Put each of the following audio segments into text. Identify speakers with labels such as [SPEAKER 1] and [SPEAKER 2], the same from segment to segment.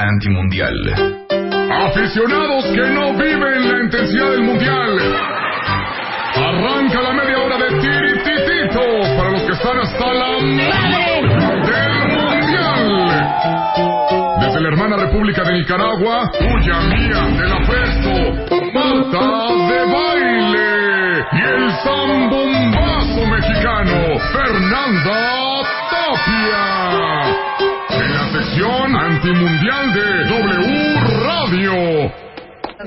[SPEAKER 1] antimundial. Aficionados que no viven la intensidad del mundial. Arranca la media hora de tirititito para los que están hasta la madre del mundial. Desde la hermana República de Nicaragua, tuya mía, de la Presto, Marta de Baile y el zambombazo mexicano, Fernanda Tapia en la sección antimundial de W Radio.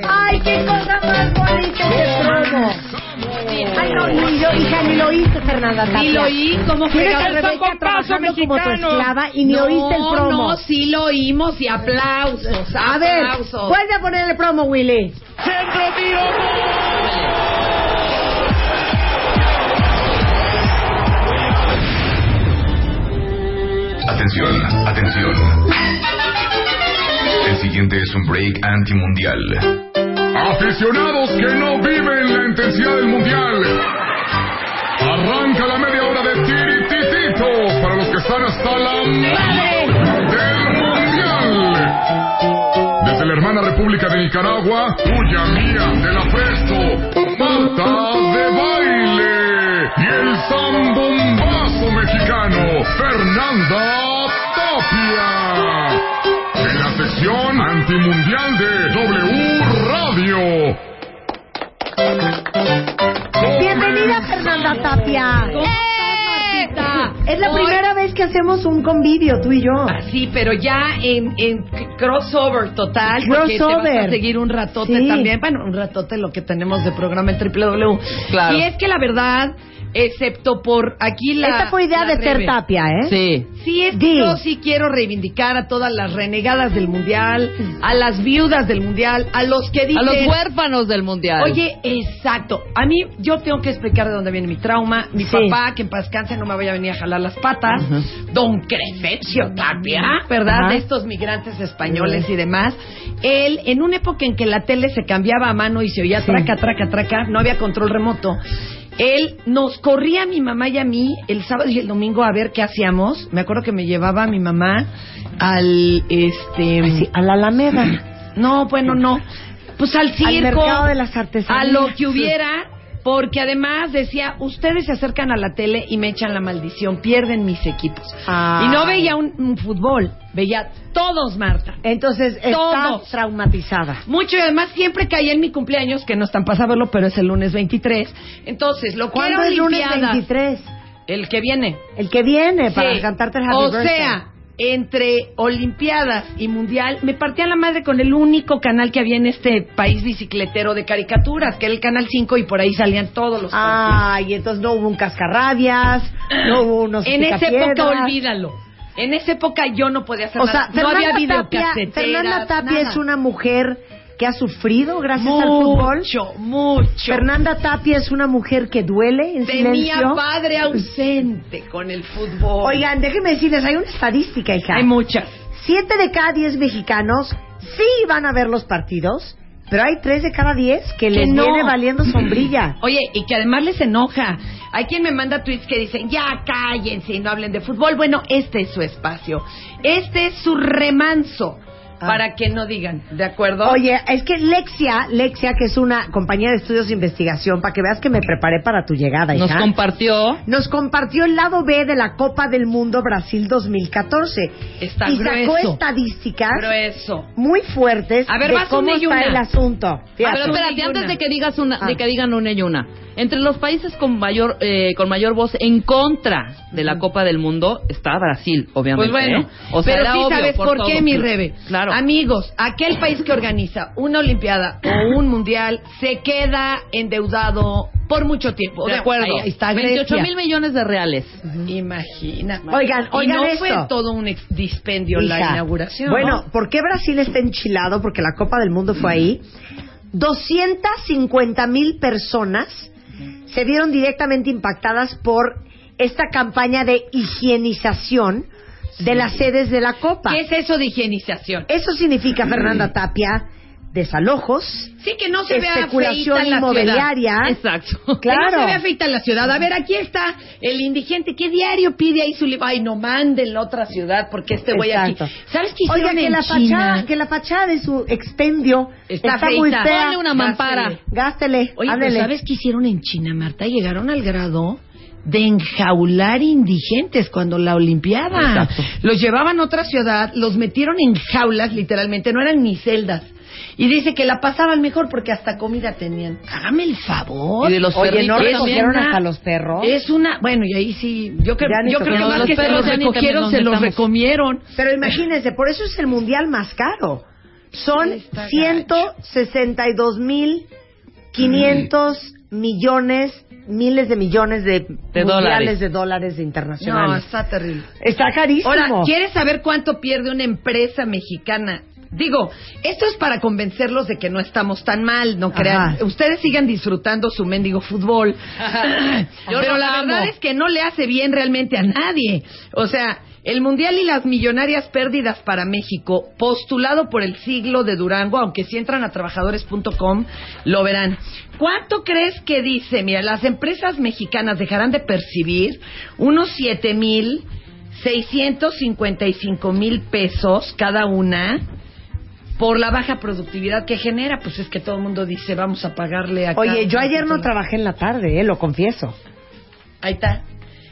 [SPEAKER 2] Ay, qué cosa más bonita que trono. Ay, no, ni yo, hija, ni lo oíste, Fernanda Tapia.
[SPEAKER 3] Ni lo oí, como que
[SPEAKER 2] Tienes a Rebeca trabajando como tu esclava y ni
[SPEAKER 3] no,
[SPEAKER 2] oíste el promo.
[SPEAKER 3] No, sí lo oímos y aplausos.
[SPEAKER 2] a ver,
[SPEAKER 3] aplausos.
[SPEAKER 2] vuelve a poner el promo, Willy.
[SPEAKER 4] Centro tiro.
[SPEAKER 1] Atención, atención. El siguiente es un break antimundial. Aficionados que no viven la intensidad del mundial. Arranca la media hora de tirititito para los que están hasta la madre del mundial. Desde la hermana República de Nicaragua, tuya mía, de la Presto, Marta de Baile y el zambombazo mexicano, Fernanda Tapia. En la sección antimundial de W Radio.
[SPEAKER 2] Bienvenida, Fernanda Tapia.
[SPEAKER 3] ¿Cómo estás, Martita?
[SPEAKER 2] ¡Eh! Es la
[SPEAKER 3] Hoy-
[SPEAKER 2] primera vez que hacemos un convivio, tú y yo.
[SPEAKER 3] Ah, Sí, pero ya en, en crossover total, porque te vas
[SPEAKER 2] Crossover.
[SPEAKER 3] a seguir un ratote
[SPEAKER 2] Sí.
[SPEAKER 3] también, bueno, un ratote lo que tenemos de programa en W. E.
[SPEAKER 5] Claro.
[SPEAKER 3] Y es que la verdad, excepto por aquí la...
[SPEAKER 2] Esta fue idea
[SPEAKER 3] la
[SPEAKER 2] de Ter
[SPEAKER 3] Rebe.
[SPEAKER 2] Tapia, ¿eh?
[SPEAKER 5] Sí.
[SPEAKER 3] Sí, es que
[SPEAKER 2] Di.
[SPEAKER 3] yo sí quiero reivindicar a todas las renegadas del mundial, a las viudas del mundial, a los que dicen...
[SPEAKER 5] A los huérfanos del mundial.
[SPEAKER 3] Oye, exacto. A mí, yo tengo que explicar de dónde viene mi trauma. Mi
[SPEAKER 2] Sí.
[SPEAKER 3] papá, que en paz canse, no me vaya a venir a jalar las patas. Don Crescencio Tapia, ¿verdad?
[SPEAKER 2] Ajá.
[SPEAKER 3] De estos migrantes españoles y demás. Él, en una época en que la tele se cambiaba a mano y se oía
[SPEAKER 2] Sí.
[SPEAKER 3] traca, traca, traca, no había control remoto. Él nos corría a mi mamá y a mí el sábado y el domingo a ver qué hacíamos. Me acuerdo que me llevaba a mi mamá al este
[SPEAKER 2] Sí, a la Alameda.
[SPEAKER 3] no, bueno, no. Pues al circo.
[SPEAKER 2] mercado de las artesanías.
[SPEAKER 3] A lo que hubiera. Porque además decía, ustedes se acercan a la tele y me echan la maldición, pierden mis equipos.
[SPEAKER 2] Ah.
[SPEAKER 3] Y no veía un, un fútbol, veía todos, Marta.
[SPEAKER 2] Entonces,
[SPEAKER 3] Todos.
[SPEAKER 2] estás traumatizada.
[SPEAKER 3] Mucho y además siempre caía en mi cumpleaños, que no están para saberlo, pero es el lunes 23. Entonces, lo que
[SPEAKER 2] ¿Cuándo
[SPEAKER 3] era
[SPEAKER 2] es lunes
[SPEAKER 3] Olimpiadas,
[SPEAKER 2] 23?
[SPEAKER 3] El que viene.
[SPEAKER 2] El que viene para
[SPEAKER 3] Sí.
[SPEAKER 2] cantarte el Happy
[SPEAKER 3] O
[SPEAKER 2] Birthday.
[SPEAKER 3] sea, entre Olimpiadas y Mundial, me partía la madre con el único canal que había en este país bicicletero de caricaturas, que era el Canal 5, y por ahí salían todos los.
[SPEAKER 2] Ay, entonces no hubo un cascarrabias, no hubo unos
[SPEAKER 3] en esa
[SPEAKER 2] picapiedras.
[SPEAKER 3] época, olvídalo. En esa época yo no podía hacer
[SPEAKER 2] O sea,
[SPEAKER 3] nada. No
[SPEAKER 2] Fernanda,
[SPEAKER 3] había
[SPEAKER 2] Tapia,
[SPEAKER 3] videocaseteras.
[SPEAKER 2] Fernanda Tapia
[SPEAKER 3] nada.
[SPEAKER 2] es una mujer que ha sufrido gracias al fútbol.
[SPEAKER 3] Mucho, mucho.
[SPEAKER 2] Fernanda Tapia es una mujer que duele en
[SPEAKER 3] Tenía
[SPEAKER 2] silencio.
[SPEAKER 3] padre ausente con el fútbol.
[SPEAKER 2] Oigan, déjenme decirles, hay una estadística, hija.
[SPEAKER 3] hay muchas.
[SPEAKER 2] Siete de cada diez mexicanos sí van a ver los partidos, pero hay tres de cada diez que, les
[SPEAKER 3] no.
[SPEAKER 2] viene valiendo sombrilla.
[SPEAKER 3] Oye, y que además les enoja. Hay quien me manda tweets que dicen, ya cállense y no hablen de fútbol. Bueno, este es su espacio. Este es su remanso.
[SPEAKER 2] Ah.
[SPEAKER 3] Para que no digan, ¿de acuerdo?
[SPEAKER 2] Oye, es que Lexia, Lexia, que es una compañía de estudios de investigación, para que veas que me preparé para tu llegada,
[SPEAKER 5] Nos
[SPEAKER 2] hija,
[SPEAKER 5] compartió.
[SPEAKER 2] nos compartió el lado B de la Copa del Mundo Brasil 2014.
[SPEAKER 3] Está
[SPEAKER 2] y sacó
[SPEAKER 3] grueso.
[SPEAKER 2] estadísticas
[SPEAKER 3] Pero eso.
[SPEAKER 2] muy fuertes
[SPEAKER 3] A ver,
[SPEAKER 2] de
[SPEAKER 3] vas
[SPEAKER 2] cómo
[SPEAKER 3] una y
[SPEAKER 2] está
[SPEAKER 3] una.
[SPEAKER 2] el asunto. Fíjate.
[SPEAKER 5] Pero
[SPEAKER 3] tú
[SPEAKER 5] espérate,
[SPEAKER 3] di una.
[SPEAKER 5] antes de que digas una,
[SPEAKER 2] Ah.
[SPEAKER 5] de que digan una y una. Entre los países con mayor eh, con mayor voz en contra de la Copa del Mundo está Brasil, obviamente.
[SPEAKER 3] Pues bueno,
[SPEAKER 5] ¿eh? O sea,
[SPEAKER 3] pero
[SPEAKER 5] era
[SPEAKER 3] sí
[SPEAKER 5] obvio,
[SPEAKER 3] sabes por, qué,
[SPEAKER 5] todos.
[SPEAKER 3] mi Rebe.
[SPEAKER 5] Claro.
[SPEAKER 3] Amigos, aquel país que organiza una Olimpiada o un Mundial se queda endeudado por mucho tiempo.
[SPEAKER 5] de acuerdo.
[SPEAKER 3] Ahí está Grecia.
[SPEAKER 5] 28 mil millones de reales.
[SPEAKER 3] Imagina.
[SPEAKER 2] Oigan,
[SPEAKER 3] y
[SPEAKER 2] oigan
[SPEAKER 3] no
[SPEAKER 2] esto.
[SPEAKER 3] fue todo un ex- dispendio la
[SPEAKER 2] Hija.
[SPEAKER 3] inauguración.
[SPEAKER 2] Bueno, ¿por qué Brasil está enchilado? Porque la Copa del Mundo fue ahí. 250 mil personas se vieron directamente impactadas por esta campaña de higienización de las sedes de la Copa.
[SPEAKER 3] ¿Qué es eso de higienización? Mm.
[SPEAKER 2] Eso significa, Fernanda Tapia, desalojos,
[SPEAKER 3] Sí, que no se vea
[SPEAKER 2] Especulación
[SPEAKER 3] feita la
[SPEAKER 2] inmobiliaria.
[SPEAKER 3] ciudad.
[SPEAKER 5] Exacto.
[SPEAKER 2] Claro.
[SPEAKER 3] Que no se vea feita la ciudad. A ver, aquí está el indigente. ¿Qué diario pide ahí su libro? Ay, no, mándenlo a otra ciudad porque este güey aquí.
[SPEAKER 2] Exacto.
[SPEAKER 3] ¿Sabes qué
[SPEAKER 2] Oiga,
[SPEAKER 3] hicieron
[SPEAKER 2] que
[SPEAKER 3] en
[SPEAKER 2] la,
[SPEAKER 3] China?
[SPEAKER 2] fachada, que la fachada de su expendio está,
[SPEAKER 3] Está
[SPEAKER 2] muy
[SPEAKER 3] feita.
[SPEAKER 2] fea.
[SPEAKER 5] Ponle una mampara.
[SPEAKER 2] Gástele,
[SPEAKER 3] Oye, pero
[SPEAKER 2] háblele.
[SPEAKER 3] ¿sabes qué hicieron en China, Marta? Llegaron al grado de enjaular indigentes cuando la Olimpiada.
[SPEAKER 5] Exacto.
[SPEAKER 3] Los llevaban a otra ciudad, los metieron en jaulas, literalmente, no eran ni celdas. Y dice que la pasaban mejor porque hasta comida tenían. Hágame el favor.
[SPEAKER 5] Y de los
[SPEAKER 2] Oye, ¿no
[SPEAKER 5] perritos
[SPEAKER 2] recogieron
[SPEAKER 3] también,
[SPEAKER 2] hasta
[SPEAKER 3] ah.
[SPEAKER 2] los perros?
[SPEAKER 3] Es una, bueno, y ahí sí, yo creo,
[SPEAKER 2] Ya ni
[SPEAKER 3] yo creo que
[SPEAKER 2] tocaron.
[SPEAKER 3] más
[SPEAKER 5] Los
[SPEAKER 3] que se
[SPEAKER 5] perros
[SPEAKER 3] los
[SPEAKER 5] ya ni
[SPEAKER 3] recogieron,
[SPEAKER 5] también
[SPEAKER 3] se los
[SPEAKER 5] dónde estamos.
[SPEAKER 3] recomieron.
[SPEAKER 2] Pero imagínense, por eso es el mundial más caro. Son
[SPEAKER 3] Sí, está
[SPEAKER 2] 162 mil 500 millones, miles de millones de, mundiales
[SPEAKER 5] dólares.
[SPEAKER 2] de dólares
[SPEAKER 3] No,
[SPEAKER 2] internacionales.
[SPEAKER 3] está terrible.
[SPEAKER 2] está carísimo.
[SPEAKER 3] Ahora, ¿quieres saber cuánto pierde una empresa mexicana? Digo, esto es para convencerlos de que no estamos tan mal, no
[SPEAKER 2] Ajá.
[SPEAKER 3] crean. Ustedes sigan disfrutando su mendigo fútbol.
[SPEAKER 5] Yo
[SPEAKER 3] Pero
[SPEAKER 5] lo
[SPEAKER 3] la
[SPEAKER 5] amo.
[SPEAKER 3] verdad es que no le hace bien realmente a nadie. O sea, el Mundial y las millonarias pérdidas para México, postulado por el siglo de Durango, aunque si entran a trabajadores.com lo verán. ¿Cuánto crees que dice? Mira, las empresas mexicanas dejarán de percibir unos 7 mil, 655 mil pesos cada una por la baja productividad que genera. Pues es que todo el mundo dice, vamos a pagarle a...
[SPEAKER 2] Oye,
[SPEAKER 3] cada-
[SPEAKER 2] yo ayer no trabajé en la tarde, eh, lo confieso.
[SPEAKER 3] Ahí está.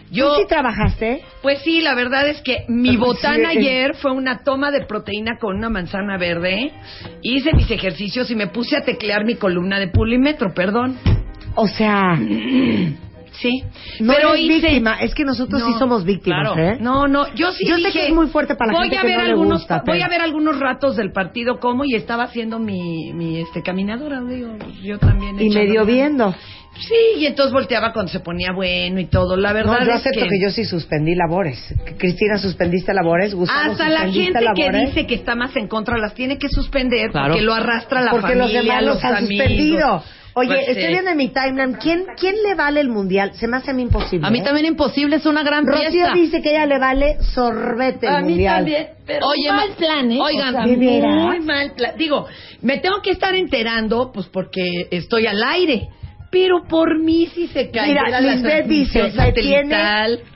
[SPEAKER 3] Yo,
[SPEAKER 2] ¿Tú sí trabajaste?
[SPEAKER 3] pues sí, la verdad es que mi botán
[SPEAKER 2] Sí.
[SPEAKER 3] ayer fue una toma de proteína con una manzana verde. Hice mis ejercicios y me puse a teclear mi columna de pulimetro, perdón.
[SPEAKER 2] O sea,
[SPEAKER 3] Sí.
[SPEAKER 2] no
[SPEAKER 3] Pero
[SPEAKER 2] eres
[SPEAKER 3] hice.
[SPEAKER 2] víctima. Es que nosotros
[SPEAKER 3] No,
[SPEAKER 2] sí somos víctimas,
[SPEAKER 5] claro.
[SPEAKER 2] ¿eh?
[SPEAKER 3] No, no, yo sí
[SPEAKER 2] Yo sé
[SPEAKER 3] dije,
[SPEAKER 2] que es muy fuerte para la
[SPEAKER 3] voy
[SPEAKER 2] gente
[SPEAKER 3] a
[SPEAKER 2] que
[SPEAKER 3] ver
[SPEAKER 2] no le
[SPEAKER 3] algunos,
[SPEAKER 2] gusta,
[SPEAKER 3] Voy
[SPEAKER 2] pero-
[SPEAKER 3] a ver algunos ratos del partido como y estaba haciendo mi, mi este, caminadora, digo, yo también.
[SPEAKER 2] Y
[SPEAKER 3] echándole
[SPEAKER 2] medio
[SPEAKER 3] ganas.
[SPEAKER 2] viendo.
[SPEAKER 3] Sí, y entonces volteaba cuando se ponía bueno y todo. La verdad
[SPEAKER 2] No, yo
[SPEAKER 3] es
[SPEAKER 2] acepto que... yo sí suspendí labores. Que Cristina, suspendiste labores. Gustavo,
[SPEAKER 3] Hasta la
[SPEAKER 2] suspendiste
[SPEAKER 3] gente que
[SPEAKER 2] labores.
[SPEAKER 3] dice que está más en contra las tiene que suspender
[SPEAKER 5] Claro.
[SPEAKER 3] porque lo arrastra la
[SPEAKER 2] Porque los
[SPEAKER 3] familia,
[SPEAKER 2] demás los han
[SPEAKER 3] amigos.
[SPEAKER 2] suspendido. Oye,
[SPEAKER 3] Pues,
[SPEAKER 2] estoy
[SPEAKER 3] sí.
[SPEAKER 2] viendo en mi timeline, ¿quién, ¿quién le vale el mundial? Se me hace a mí imposible.
[SPEAKER 5] A mí
[SPEAKER 2] ¿eh?
[SPEAKER 5] también imposible, es una gran
[SPEAKER 2] Rocío
[SPEAKER 5] fiesta.
[SPEAKER 2] dice que a ella le vale sorbete el
[SPEAKER 3] A mí
[SPEAKER 2] mundial.
[SPEAKER 3] también, pero
[SPEAKER 5] Oye,
[SPEAKER 3] mal
[SPEAKER 5] ma-
[SPEAKER 3] plan, ¿eh?
[SPEAKER 5] oigan,
[SPEAKER 2] ¿de veras?
[SPEAKER 3] muy mal plan. Digo, me tengo que estar enterando, pues porque estoy al aire. Pero por mí si se cae.
[SPEAKER 2] Mira, Lisbeth dice, se tiene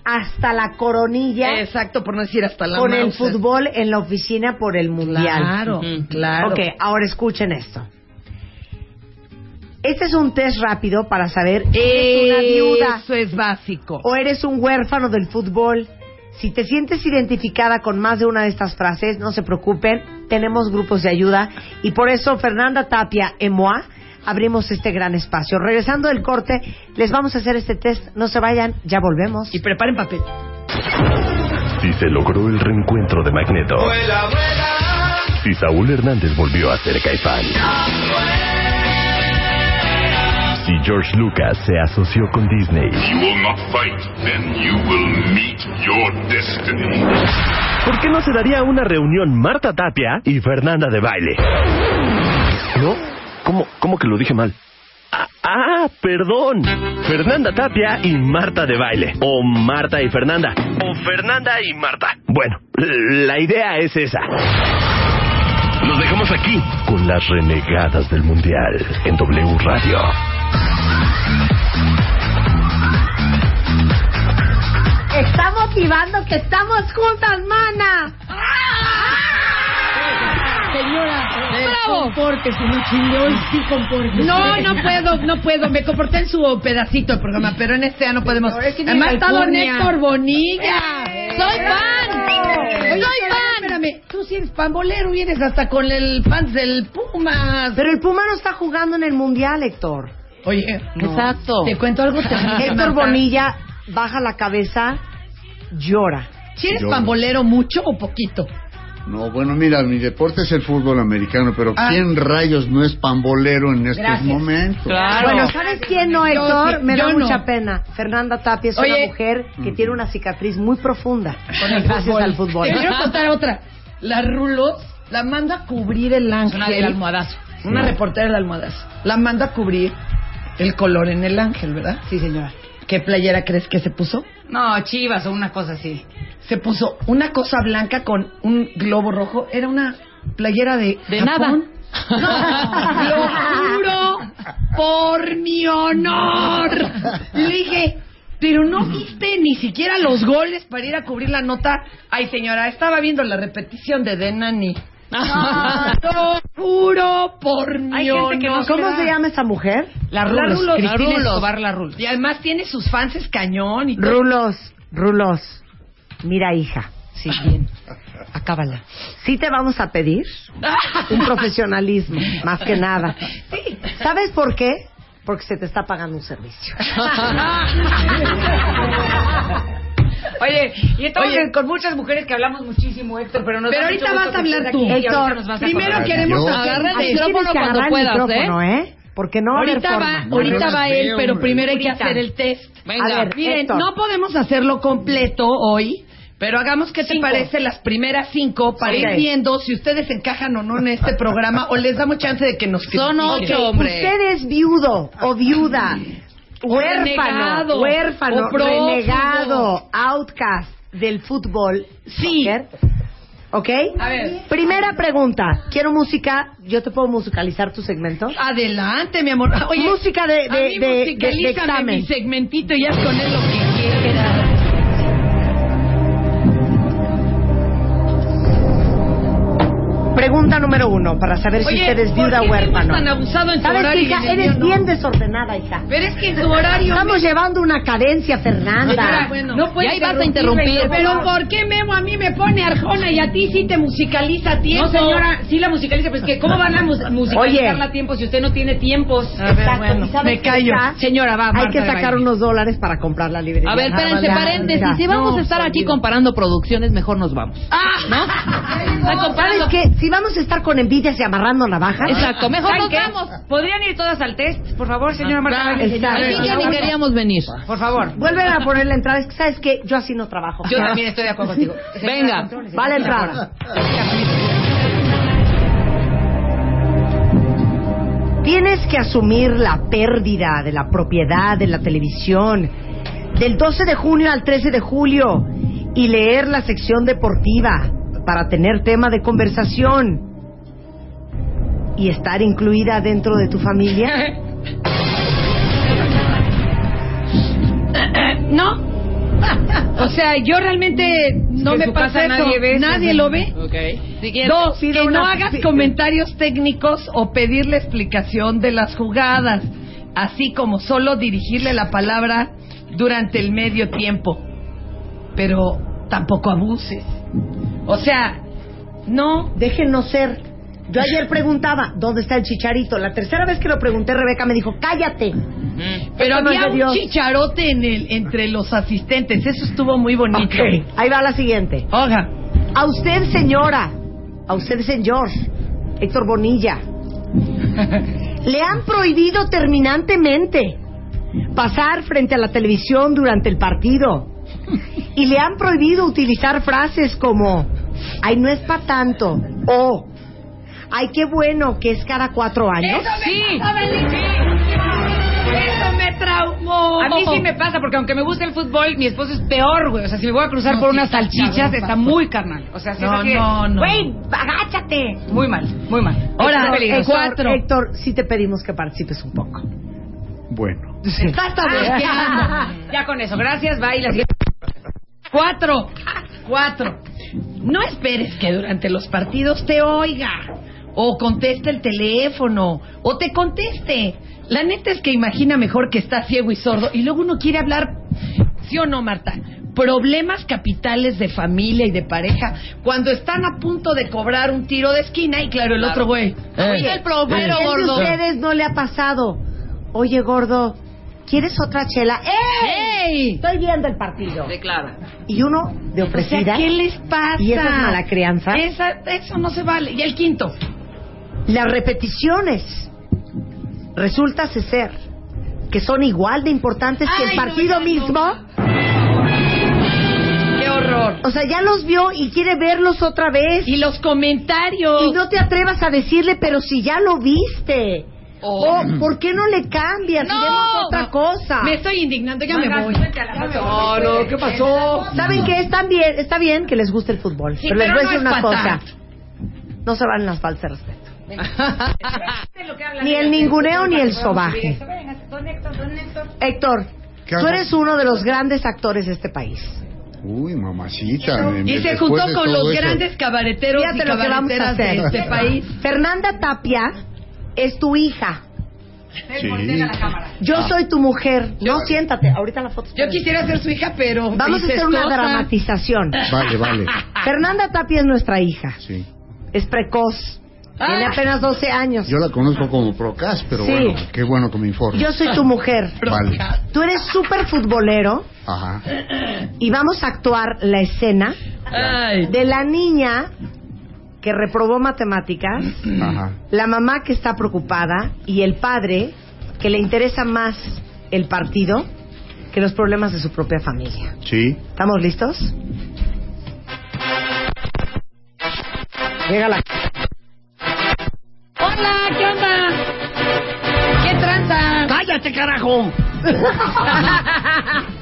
[SPEAKER 2] hasta la coronilla
[SPEAKER 3] Exacto, por no decir hasta la
[SPEAKER 2] con el
[SPEAKER 3] Mauser.
[SPEAKER 2] fútbol en la oficina por el mundial.
[SPEAKER 3] Claro,
[SPEAKER 5] Ujú.
[SPEAKER 3] claro.
[SPEAKER 2] Ok, ahora escuchen esto. Este es un test rápido para saber si eres una viuda
[SPEAKER 3] Eso es básico.
[SPEAKER 2] o eres un huérfano del fútbol. Si te sientes identificada con más de una de estas frases, no se preocupen, tenemos grupos de ayuda y por eso Fernanda Tapia Emoa abrimos este gran espacio. Regresando del corte, les vamos a hacer este test. No se vayan, ya volvemos.
[SPEAKER 3] Y preparen papel.
[SPEAKER 4] Si se logró el reencuentro de Magneto. Si Saúl Hernández volvió a ser Caifán. Si George Lucas se asoció con Disney.
[SPEAKER 1] You will not fight, then you will meet your destiny.
[SPEAKER 4] ¿Por qué no se daría una reunión Marta Tapia y Fernanda de baile? ¿No? ¿Cómo, cómo que lo dije mal? Ah, ah, perdón. Fernanda Tapia y Marta de baile. O Marta y Fernanda. O Fernanda y Marta. Bueno, la idea es esa. Nos dejamos aquí con las renegadas del Mundial en W Radio.
[SPEAKER 2] Estamos motivando que estamos juntas, mana.
[SPEAKER 3] ¡Bravo! No, no puedo, no puedo. Me comporté en su pedacito del programa, pero en este ya no podemos. Además está don Héctor Bonilla. ¡Soy fan! ¡Soy fan! ¡Eh! Espérame, tú si eres pambolero, vienes hasta con el pants del Pumas.
[SPEAKER 2] Pero el Puma no está jugando en el Mundial, Héctor.
[SPEAKER 3] Oye, no.
[SPEAKER 5] Exacto.
[SPEAKER 3] Te cuento algo terrible,
[SPEAKER 2] Héctor
[SPEAKER 3] Marta.
[SPEAKER 2] Bonilla baja la cabeza, llora.
[SPEAKER 3] ¿Si eres pambolero mucho o poquito?
[SPEAKER 6] No, bueno, mira, mi deporte es el fútbol americano, pero
[SPEAKER 3] Ah.
[SPEAKER 6] ¿quién rayos no es pambolero en estos
[SPEAKER 3] Gracias.
[SPEAKER 6] momentos?
[SPEAKER 5] Claro.
[SPEAKER 2] Bueno, ¿sabes quién no,
[SPEAKER 3] Yo
[SPEAKER 2] Héctor?
[SPEAKER 3] sí,
[SPEAKER 2] Me da
[SPEAKER 3] yo no.
[SPEAKER 2] mucha pena. Fernanda Tapia es una
[SPEAKER 3] Oye.
[SPEAKER 2] mujer que tiene una cicatriz muy profunda
[SPEAKER 3] con el
[SPEAKER 2] gracias
[SPEAKER 3] fútbol.
[SPEAKER 2] al fútbol.
[SPEAKER 3] Te quiero contar otra. La Rulos la manda a cubrir el ángel.
[SPEAKER 5] Una del almohadazo.
[SPEAKER 3] Una reportera del almohadazo. La manda a cubrir el color en el ángel, ¿verdad?
[SPEAKER 2] Sí, señora.
[SPEAKER 3] ¿Qué playera crees que se puso?
[SPEAKER 5] No, chivas o una cosa así.
[SPEAKER 3] Se puso una cosa blanca con un globo rojo. Era una playera de
[SPEAKER 5] De
[SPEAKER 3] Japón.
[SPEAKER 5] nada.
[SPEAKER 3] Lo juro por mi honor. Le dije, pero no viste ni siquiera los goles para ir a cubrir la nota. Ay, señora, estaba viendo la repetición de Denani. Lo juro por mi
[SPEAKER 2] Ah. Hay
[SPEAKER 3] honor.
[SPEAKER 2] gente que no- ¿Cómo se llama esa mujer?
[SPEAKER 3] La Rulos.
[SPEAKER 5] La Rulos.
[SPEAKER 3] Cristina
[SPEAKER 5] La Rulos.
[SPEAKER 3] Escobar La Rulos. Y además tiene sus fans es cañón. Y todo.
[SPEAKER 2] Rulos, Rulos. Mira, hija.
[SPEAKER 3] Sí, bien. Acábala.
[SPEAKER 2] Sí te vamos a pedir un profesionalismo, más que nada. ¿Sabes por qué? Porque se te está pagando un servicio.
[SPEAKER 7] Oye, y estamos
[SPEAKER 3] Oye.
[SPEAKER 7] en- con muchas mujeres que hablamos muchísimo, Héctor, pero nos
[SPEAKER 3] Pero
[SPEAKER 7] da
[SPEAKER 3] ahorita
[SPEAKER 7] mucho
[SPEAKER 3] vas
[SPEAKER 7] gusto
[SPEAKER 3] a
[SPEAKER 7] que
[SPEAKER 3] hablar
[SPEAKER 7] estés
[SPEAKER 3] tú.
[SPEAKER 7] aquí y ahorita
[SPEAKER 2] Héctor,
[SPEAKER 7] nos vas a
[SPEAKER 3] Primero
[SPEAKER 7] contar.
[SPEAKER 3] queremos
[SPEAKER 6] Yo-
[SPEAKER 5] Agarra el
[SPEAKER 2] Así
[SPEAKER 5] micrófono
[SPEAKER 2] tienes que
[SPEAKER 5] cuando
[SPEAKER 2] agarrar el
[SPEAKER 5] puedas, ¿eh?
[SPEAKER 2] micrófono, ¿eh? Porque no va a haber
[SPEAKER 3] Ahorita va,
[SPEAKER 2] forma.
[SPEAKER 3] ahorita
[SPEAKER 6] No, no
[SPEAKER 3] va
[SPEAKER 6] las
[SPEAKER 3] él,
[SPEAKER 6] veo,
[SPEAKER 3] pero
[SPEAKER 6] hombre.
[SPEAKER 3] primero hay que
[SPEAKER 7] Ahorita.
[SPEAKER 3] hacer el test.
[SPEAKER 5] Venga.
[SPEAKER 3] A ver, miren,
[SPEAKER 2] Héctor.
[SPEAKER 3] no podemos hacerlo completo hoy, pero hagamos qué te
[SPEAKER 7] Cinco.
[SPEAKER 3] parece las primeras cinco para
[SPEAKER 2] Ok.
[SPEAKER 3] ir viendo si ustedes encajan o no en este programa o les damos chance de que nos
[SPEAKER 5] Son
[SPEAKER 3] critiquen.
[SPEAKER 5] ocho, hombre.
[SPEAKER 2] Usted es viudo o viuda, huérfano,
[SPEAKER 5] Renegado,
[SPEAKER 2] huérfano,
[SPEAKER 5] o prófugo.
[SPEAKER 2] renegado, outcast del fútbol, sí. ¿Ok?
[SPEAKER 3] A ver.
[SPEAKER 2] Primera pregunta. Quiero música. ¿Yo te puedo musicalizar tu segmento?
[SPEAKER 3] Adelante, mi amor. Ah, Oye,
[SPEAKER 2] música de,
[SPEAKER 3] a
[SPEAKER 2] de,
[SPEAKER 3] mí
[SPEAKER 2] de- de- de
[SPEAKER 3] musicalízame
[SPEAKER 2] examen.
[SPEAKER 3] mi segmentito y haz con él lo que quieras.
[SPEAKER 2] Pregunta número uno, para saber si
[SPEAKER 3] Oye,
[SPEAKER 2] usted es
[SPEAKER 3] ¿por
[SPEAKER 2] viuda
[SPEAKER 3] qué
[SPEAKER 2] o
[SPEAKER 3] eres tan
[SPEAKER 2] huérfano.
[SPEAKER 3] abusado en tu
[SPEAKER 2] ¿Sabes
[SPEAKER 3] horario
[SPEAKER 2] qué,
[SPEAKER 3] y
[SPEAKER 2] hija?
[SPEAKER 3] en el mío
[SPEAKER 2] Eres
[SPEAKER 3] no?
[SPEAKER 2] bien desordenada, hija.
[SPEAKER 3] Pero es que en tu horario...
[SPEAKER 2] Estamos llevando una cadencia, Fernanda.
[SPEAKER 3] Señora, no puedes
[SPEAKER 5] y ahí vas a
[SPEAKER 3] interrumpirme,
[SPEAKER 5] interrumpir.
[SPEAKER 3] Pero ¿por qué Memo a mí me pone Arjona y a ti sí te musicaliza a tiempo?
[SPEAKER 7] No, señora, sí la musicaliza, pero es que ¿cómo van a mus- musicalizarla
[SPEAKER 2] Oye.
[SPEAKER 7] a tiempo si usted no tiene tiempos?
[SPEAKER 3] A ver,
[SPEAKER 2] Exacto, ¿y
[SPEAKER 3] bueno,
[SPEAKER 2] sabes
[SPEAKER 3] me
[SPEAKER 2] qué
[SPEAKER 3] callo.
[SPEAKER 2] está?
[SPEAKER 3] Señora, va,
[SPEAKER 2] Hay
[SPEAKER 3] Marta
[SPEAKER 2] que
[SPEAKER 3] de
[SPEAKER 2] sacar
[SPEAKER 3] baile.
[SPEAKER 2] unos dólares para comprar la librería. Ah,
[SPEAKER 5] A ver, espérense,
[SPEAKER 2] Ya,
[SPEAKER 5] paréntesis.
[SPEAKER 2] ya.
[SPEAKER 5] Si vamos a estar
[SPEAKER 2] No, pues,
[SPEAKER 5] aquí
[SPEAKER 2] sonido.
[SPEAKER 5] comparando producciones, mejor nos vamos. ¿No? A
[SPEAKER 2] ¿Sabes
[SPEAKER 5] comparando.
[SPEAKER 2] qué? Si vamos a estar con envidias y amarrando navajas.
[SPEAKER 5] Exacto, mejor
[SPEAKER 7] ¿Saben
[SPEAKER 5] nos
[SPEAKER 7] qué?
[SPEAKER 5] vamos.
[SPEAKER 2] Ah, pues,
[SPEAKER 5] Ah,
[SPEAKER 7] ¿Podrían ir todas al test? Por favor, señora Marta. Vázquez,
[SPEAKER 2] exacto.
[SPEAKER 7] señora.
[SPEAKER 5] Así que ni queríamos venir.
[SPEAKER 7] Por favor.
[SPEAKER 2] Vuelven a poner la entrada. Es que, ¿sabes qué? Yo así no trabajo.
[SPEAKER 7] Yo también estoy de acuerdo contigo.
[SPEAKER 5] Venga.
[SPEAKER 2] Va la entrada. Tienes que asumir la pérdida de la propiedad de la televisión del 12 de junio al 13 de julio y leer la sección deportiva para tener tema de conversación y estar incluida dentro de tu familia.
[SPEAKER 3] No. o sea, yo realmente no
[SPEAKER 7] en
[SPEAKER 3] me
[SPEAKER 7] su
[SPEAKER 3] pasa
[SPEAKER 7] casa
[SPEAKER 3] eso.
[SPEAKER 7] nadie ve,
[SPEAKER 3] nadie
[SPEAKER 7] sí.
[SPEAKER 3] lo ve.
[SPEAKER 5] Siguiente.
[SPEAKER 3] Dos,
[SPEAKER 2] Pide
[SPEAKER 3] que
[SPEAKER 2] una-
[SPEAKER 3] no hagas
[SPEAKER 2] pi-
[SPEAKER 3] comentarios técnicos o pedirle explicación de las jugadas, así como solo dirigirle la palabra durante el medio tiempo. Pero tampoco abuses. O sea, no.
[SPEAKER 2] Déjenos ser. Yo ayer preguntaba, ¿dónde está el chicharito? La tercera vez que lo pregunté, Rebeca me dijo, cállate.
[SPEAKER 3] Pero
[SPEAKER 2] Esto no es
[SPEAKER 3] había
[SPEAKER 2] de Dios.
[SPEAKER 3] un chicharote en el, entre los asistentes. Eso estuvo muy bonito.
[SPEAKER 2] Ok, Ahí va la siguiente.
[SPEAKER 3] Oiga,
[SPEAKER 2] A usted, señora. A usted, señor. Héctor Bonilla. Le han prohibido terminantemente pasar frente a la televisión durante el partido. Y le han prohibido utilizar frases como, ay, no es pa' tanto. O, ay, qué bueno que es cada cuatro años.
[SPEAKER 7] Sí.
[SPEAKER 3] eso me traumó.
[SPEAKER 7] A mí sí me pasa, porque aunque me gusta el fútbol, mi esposo es peor, güey. O sea, si me voy a cruzar por unas salchichas, está muy carnal. O sea, si
[SPEAKER 3] No,
[SPEAKER 7] es así de,
[SPEAKER 3] no, no.
[SPEAKER 7] Güey, agáchate. Muy mal, muy mal.
[SPEAKER 3] Ahora,
[SPEAKER 7] Es peligroso.
[SPEAKER 3] eh, cuatro.
[SPEAKER 2] Héctor, sí te pedimos que participes un poco.
[SPEAKER 6] Bueno,
[SPEAKER 3] Estás tabuqueando.
[SPEAKER 7] Ah, Ya con eso, gracias, bye. La siguiente.
[SPEAKER 3] Cuatro. Cuatro. No esperes que durante los partidos te oiga. O conteste el teléfono. O te conteste. La neta es que imagina mejor que está ciego y sordo. Y luego uno quiere hablar. ¿Sí o no, Marta? Problemas capitales de familia y de pareja. Cuando están a punto de cobrar un tiro de esquina y claro, el
[SPEAKER 5] Claro.
[SPEAKER 3] otro güey.
[SPEAKER 5] Oye, el plomero,
[SPEAKER 2] ¿A quién de
[SPEAKER 5] gordo.
[SPEAKER 2] ustedes no le ha pasado? Oye, gordo, ¿quieres otra chela? ¡Eh!
[SPEAKER 3] ¡Ey!
[SPEAKER 2] Estoy viendo el partido.
[SPEAKER 5] Declara.
[SPEAKER 2] Y uno de
[SPEAKER 3] O sea,
[SPEAKER 2] ofrecida.
[SPEAKER 3] ¿qué les pasa? ¿Eh?
[SPEAKER 2] ¿Y esa es mala crianza?
[SPEAKER 3] Esa- eso no se vale. Y el quinto.
[SPEAKER 2] Las repeticiones resulta ser que son igual de importantes que el
[SPEAKER 3] Ay, no,
[SPEAKER 2] partido
[SPEAKER 3] ya no.
[SPEAKER 2] mismo.
[SPEAKER 3] ¡Qué horror!
[SPEAKER 2] O sea, ya los vio y quiere verlos otra vez.
[SPEAKER 3] Y los comentarios.
[SPEAKER 2] Y no te atrevas a decirle, pero si ya lo viste.
[SPEAKER 5] Oh.
[SPEAKER 2] O, ¿por qué no le cambias?
[SPEAKER 3] No.
[SPEAKER 2] Y vemos otra cosa.
[SPEAKER 3] Me estoy indignando, ya me
[SPEAKER 7] Marta,
[SPEAKER 3] voy.
[SPEAKER 7] suéltala, Marta.
[SPEAKER 2] ¿qué pasó? ¿Saben qué? Están bien, está bien que les guste el fútbol.
[SPEAKER 3] Sí,
[SPEAKER 2] pero les
[SPEAKER 3] pero
[SPEAKER 2] voy a
[SPEAKER 3] no
[SPEAKER 2] decir
[SPEAKER 3] es
[SPEAKER 2] una
[SPEAKER 3] fatal.
[SPEAKER 2] cosa. No se van las falsas de respeto. Ni el ninguneo ni el sobaje. Héctor,
[SPEAKER 8] ¿Qué
[SPEAKER 2] tú
[SPEAKER 8] hago?
[SPEAKER 2] eres uno de los grandes actores de este país.
[SPEAKER 8] Uy, mamacita. me-
[SPEAKER 9] Y
[SPEAKER 8] me-
[SPEAKER 9] se
[SPEAKER 8] después
[SPEAKER 9] juntó
[SPEAKER 8] de
[SPEAKER 9] con
[SPEAKER 8] todo
[SPEAKER 9] los
[SPEAKER 8] eso-
[SPEAKER 9] grandes cabareteros y
[SPEAKER 2] Fíjate lo que vamos a
[SPEAKER 9] cabareteras de
[SPEAKER 2] hacer.
[SPEAKER 9] este país.
[SPEAKER 2] Fernanda Tapia es tu hija.
[SPEAKER 8] Sí.
[SPEAKER 2] Yo
[SPEAKER 8] Ah.
[SPEAKER 2] soy tu mujer. No, siéntate. Ahorita la foto.
[SPEAKER 9] Yo quisiera ser Ah. su hija, pero...
[SPEAKER 2] Vamos a hacer una
[SPEAKER 9] incestuosa.
[SPEAKER 2] dramatización.
[SPEAKER 8] Vale, vale.
[SPEAKER 2] Fernanda Tapia es nuestra hija.
[SPEAKER 8] Sí.
[SPEAKER 2] Es precoz. Tiene
[SPEAKER 9] Ah.
[SPEAKER 2] apenas 12 años.
[SPEAKER 8] Yo la conozco como Procas, pero
[SPEAKER 2] Sí.
[SPEAKER 8] bueno, qué bueno que me informe.
[SPEAKER 2] Yo soy tu mujer.
[SPEAKER 8] Vale.
[SPEAKER 2] Tú eres súper futbolero
[SPEAKER 8] Ajá.
[SPEAKER 2] y vamos a actuar la escena
[SPEAKER 5] Ay.
[SPEAKER 2] de la niña que reprobó matemáticas,
[SPEAKER 8] Ajá.
[SPEAKER 2] la mamá que está preocupada y el padre que le interesa más el partido que los problemas de su propia familia.
[SPEAKER 8] Sí.
[SPEAKER 2] ¿Estamos listos? Llega la...
[SPEAKER 3] Hola, ¿qué onda? ¿Qué tranza?
[SPEAKER 10] ¡Cállate, carajo!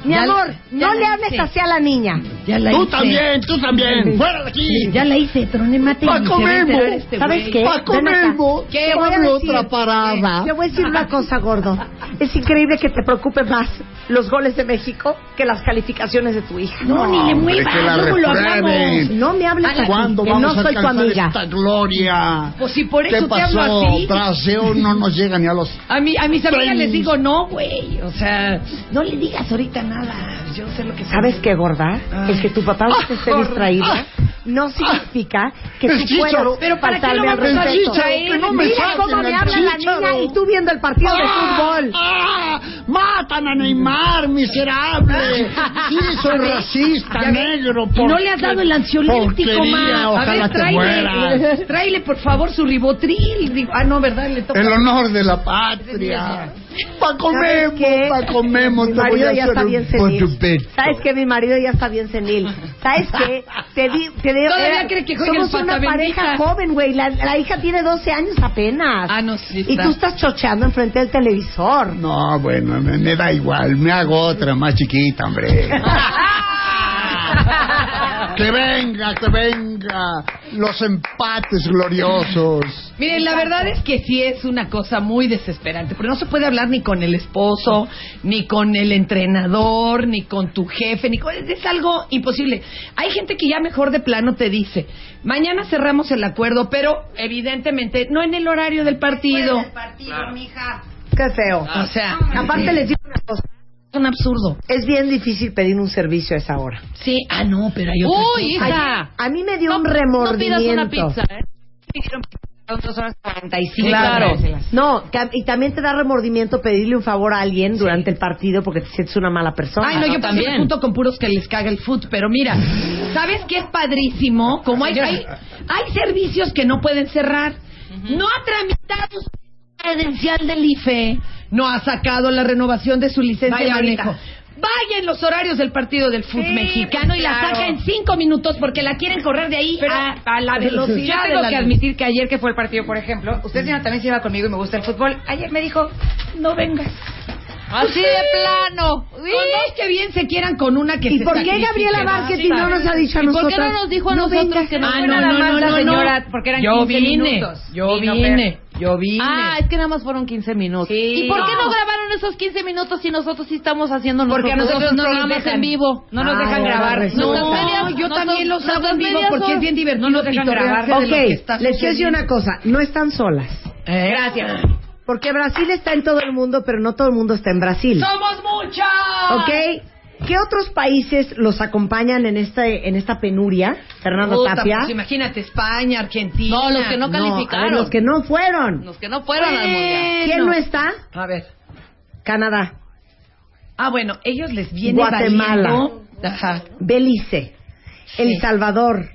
[SPEAKER 2] Mi
[SPEAKER 3] Ya-
[SPEAKER 2] amor,
[SPEAKER 3] ya
[SPEAKER 2] no le
[SPEAKER 3] la
[SPEAKER 2] hables
[SPEAKER 3] hice.
[SPEAKER 2] así a la niña.
[SPEAKER 3] Ya la
[SPEAKER 10] ¡Tú
[SPEAKER 3] hice.
[SPEAKER 10] también! ¡Tú también! ¡Fuera de aquí!
[SPEAKER 3] Ya la hice, troné mate.
[SPEAKER 10] Pa'
[SPEAKER 3] y se va a
[SPEAKER 10] comer,
[SPEAKER 3] enterar
[SPEAKER 10] mo.
[SPEAKER 3] este
[SPEAKER 2] ¿Sabes
[SPEAKER 3] güey.
[SPEAKER 2] qué?
[SPEAKER 10] Pa'
[SPEAKER 2] Ven acá.
[SPEAKER 10] comerlo.
[SPEAKER 2] Te
[SPEAKER 10] Qué
[SPEAKER 2] voy a
[SPEAKER 10] bueno,
[SPEAKER 2] decir- eh,
[SPEAKER 10] otra parada.
[SPEAKER 2] Te voy a decir una cosa, gordo. Es increíble que te preocupe más los goles de México que las calificaciones de tu hija.
[SPEAKER 3] No, ni le
[SPEAKER 8] hombre,
[SPEAKER 3] muevas,
[SPEAKER 8] que la
[SPEAKER 3] luego lo hablamos.
[SPEAKER 8] reprueben.
[SPEAKER 2] No me hables así,
[SPEAKER 8] ¿Cuándo
[SPEAKER 2] que
[SPEAKER 8] vamos
[SPEAKER 2] no soy
[SPEAKER 8] a
[SPEAKER 2] tu
[SPEAKER 8] alcanzar
[SPEAKER 2] amiga.
[SPEAKER 8] esta gloria?
[SPEAKER 3] Pues si por
[SPEAKER 8] ¿Qué
[SPEAKER 3] eso te hablo
[SPEAKER 8] pasó?
[SPEAKER 3] así.
[SPEAKER 8] Traseo no nos llega ni a los...
[SPEAKER 3] A, mi, a mis amigas
[SPEAKER 8] Trains.
[SPEAKER 3] les digo, no, güey. O sea, no le digas ahorita nada. Yo sé lo que
[SPEAKER 2] ¿Sabes qué, gorda?
[SPEAKER 3] Ay.
[SPEAKER 2] El que tu papá te esté
[SPEAKER 3] Ah,
[SPEAKER 2] distraída no significa que
[SPEAKER 8] Ah. el
[SPEAKER 2] tú puedas
[SPEAKER 8] chícharo.
[SPEAKER 3] Pero ¿para qué
[SPEAKER 2] faltarle
[SPEAKER 3] lo
[SPEAKER 2] al
[SPEAKER 3] vamos a
[SPEAKER 2] respeto.
[SPEAKER 3] distraer? Que no
[SPEAKER 8] me
[SPEAKER 2] Mira
[SPEAKER 8] saquen
[SPEAKER 2] cómo
[SPEAKER 8] al
[SPEAKER 2] me habla la niña
[SPEAKER 8] chícharo.
[SPEAKER 2] y tú viendo el partido de fútbol.
[SPEAKER 8] ¡Ah! ¡Matan a Neymar, miserable! Sí, soy racista, negro.
[SPEAKER 3] Y no
[SPEAKER 8] por-
[SPEAKER 3] le has dado el ansiolítico,
[SPEAKER 8] porquería,
[SPEAKER 3] ma.
[SPEAKER 8] ojalá
[SPEAKER 3] a ver,
[SPEAKER 8] te
[SPEAKER 3] tráele,
[SPEAKER 8] mueras.
[SPEAKER 3] tráele, por favor, su ribotril. Digo, ah, no, ¿verdad? Le toca.
[SPEAKER 8] El honor de la patria. Pa'
[SPEAKER 2] ¿Sabes
[SPEAKER 8] comemos,
[SPEAKER 2] qué?
[SPEAKER 8] pa' comemos.
[SPEAKER 2] Mi
[SPEAKER 8] te voy
[SPEAKER 2] marido
[SPEAKER 8] a
[SPEAKER 2] ya
[SPEAKER 8] hacer
[SPEAKER 2] está
[SPEAKER 8] un
[SPEAKER 2] bien senil.
[SPEAKER 8] potupeto.
[SPEAKER 2] ¿Sabes qué? Mi marido ya está bien senil. ¿Sabes qué? Te di, te di-
[SPEAKER 3] Todavía
[SPEAKER 2] eh,
[SPEAKER 3] cree que juega
[SPEAKER 2] somos
[SPEAKER 3] el
[SPEAKER 2] una
[SPEAKER 3] patabendita.
[SPEAKER 2] pareja joven, güey. La, la hija tiene 12 años apenas.
[SPEAKER 3] Ah, no, sí.
[SPEAKER 2] y
[SPEAKER 3] está.
[SPEAKER 2] tú estás chocheando enfrente del televisor.
[SPEAKER 8] No, bueno, me, me da igual. Me hago otra más chiquita, hombre. que venga, que venga. Los empates gloriosos.
[SPEAKER 3] Miren, la verdad es que sí es una cosa muy desesperante, pero no se puede hablar ni con el esposo, ni con el entrenador, ni con tu jefe, ni con... es algo imposible. Hay gente que ya mejor de plano te dice, mañana cerramos el acuerdo, pero evidentemente no en el horario del partido.
[SPEAKER 2] Qué feo.
[SPEAKER 3] O sea,
[SPEAKER 2] Aparte les digo una cosa.
[SPEAKER 3] es un absurdo.
[SPEAKER 2] Es bien difícil pedir un servicio a esa hora.
[SPEAKER 3] Sí, ah no, pero hay otro.
[SPEAKER 5] Uy, hija.
[SPEAKER 2] A mí me dio un
[SPEAKER 5] No pidas
[SPEAKER 2] remordimiento.
[SPEAKER 5] una pizza, ¿eh? Sí,
[SPEAKER 3] Claro.
[SPEAKER 5] claro.
[SPEAKER 2] No, que- y también te da remordimiento pedirle un favor a alguien durante el partido porque te sientes una mala persona.
[SPEAKER 3] Ay, no, yo también.
[SPEAKER 5] también.
[SPEAKER 3] junto con puros que les caga el food, pero mira, ¿sabes qué es padrísimo? Como hay, hay, hay servicios que no pueden cerrar. No ha tramitado su credencial del IFE, no ha sacado la renovación de su licencia
[SPEAKER 2] Vaya
[SPEAKER 3] de manejo.
[SPEAKER 2] ahorita.
[SPEAKER 3] Vaya en los horarios del partido del fútbol
[SPEAKER 2] Sí,
[SPEAKER 3] mexicano
[SPEAKER 2] pues,
[SPEAKER 3] y la
[SPEAKER 2] claro.
[SPEAKER 3] saca en cinco minutos porque la quieren correr de ahí
[SPEAKER 11] Pero
[SPEAKER 3] a,
[SPEAKER 11] a la velocidad. Yo
[SPEAKER 3] de
[SPEAKER 11] tengo
[SPEAKER 3] la
[SPEAKER 11] que
[SPEAKER 3] luz.
[SPEAKER 11] admitir que ayer que fue el partido, por ejemplo, usted señora también se iba conmigo y me gusta el fútbol. Ayer me dijo, no vengas.
[SPEAKER 5] Así de plano.
[SPEAKER 3] Con dos que bien se quieran con una que
[SPEAKER 2] ¿Y
[SPEAKER 3] se
[SPEAKER 2] por qué
[SPEAKER 3] sacrifique,
[SPEAKER 2] Gabriela
[SPEAKER 3] ¿verdad?
[SPEAKER 2] Marketing no nos ha dicho a
[SPEAKER 5] ¿Y por
[SPEAKER 2] nosotros?
[SPEAKER 5] qué no nos dijo a nosotros que no
[SPEAKER 11] Ah,
[SPEAKER 5] fuera
[SPEAKER 11] no,
[SPEAKER 5] nada
[SPEAKER 11] no,
[SPEAKER 5] más
[SPEAKER 11] no,
[SPEAKER 5] la
[SPEAKER 11] no,
[SPEAKER 5] señora?
[SPEAKER 11] señora, porque eran 15 minutos.
[SPEAKER 3] Yo
[SPEAKER 11] Vino
[SPEAKER 3] vine, yo vine.
[SPEAKER 5] Ah, es que nada más fueron 15 minutos.
[SPEAKER 11] Sí.
[SPEAKER 5] ¿Y por qué no
[SPEAKER 11] No.
[SPEAKER 5] grabaron esos 15 minutos si nosotros sí estamos haciendo
[SPEAKER 11] Porque a
[SPEAKER 5] nuestros
[SPEAKER 11] nosotros no nos
[SPEAKER 5] programas
[SPEAKER 11] dejan.
[SPEAKER 5] en vivo?
[SPEAKER 11] No nos
[SPEAKER 2] Ay,
[SPEAKER 11] dejan
[SPEAKER 2] ahora
[SPEAKER 11] grabar.
[SPEAKER 2] resulta.
[SPEAKER 11] No,
[SPEAKER 5] Nuestras
[SPEAKER 3] Ah, No,
[SPEAKER 5] medias-
[SPEAKER 3] yo
[SPEAKER 5] nuestras-
[SPEAKER 3] también los hago en vivo
[SPEAKER 5] nuestras
[SPEAKER 3] porque
[SPEAKER 5] medias
[SPEAKER 3] es bien divertido
[SPEAKER 11] no nos dejan
[SPEAKER 3] pitorrearse
[SPEAKER 11] grabar.
[SPEAKER 3] de lo que
[SPEAKER 2] Ok,
[SPEAKER 3] está
[SPEAKER 2] les quiero decir
[SPEAKER 3] sucediendo.
[SPEAKER 2] una cosa, no están solas.
[SPEAKER 3] Eh,
[SPEAKER 11] Gracias.
[SPEAKER 2] Porque Brasil está en todo el mundo, pero no todo el mundo está en Brasil.
[SPEAKER 3] ¡Somos muchas!
[SPEAKER 2] ¿Ok? ¿Qué otros países los acompañan en, este, en esta penuria, Fernando
[SPEAKER 3] Puta,
[SPEAKER 2] Tapia?
[SPEAKER 3] pues imagínate, España, Argentina.
[SPEAKER 5] No, los que no
[SPEAKER 2] No, a
[SPEAKER 5] calificaron.
[SPEAKER 2] ver, los que no fueron.
[SPEAKER 5] Los que no fueron al mundial.
[SPEAKER 2] ¿Quién no está?
[SPEAKER 3] A ver.
[SPEAKER 2] Canadá,
[SPEAKER 3] Ah, bueno, ellos les viene
[SPEAKER 2] Guatemala.
[SPEAKER 3] valiendo- Ajá.
[SPEAKER 2] Belice, El Salvador.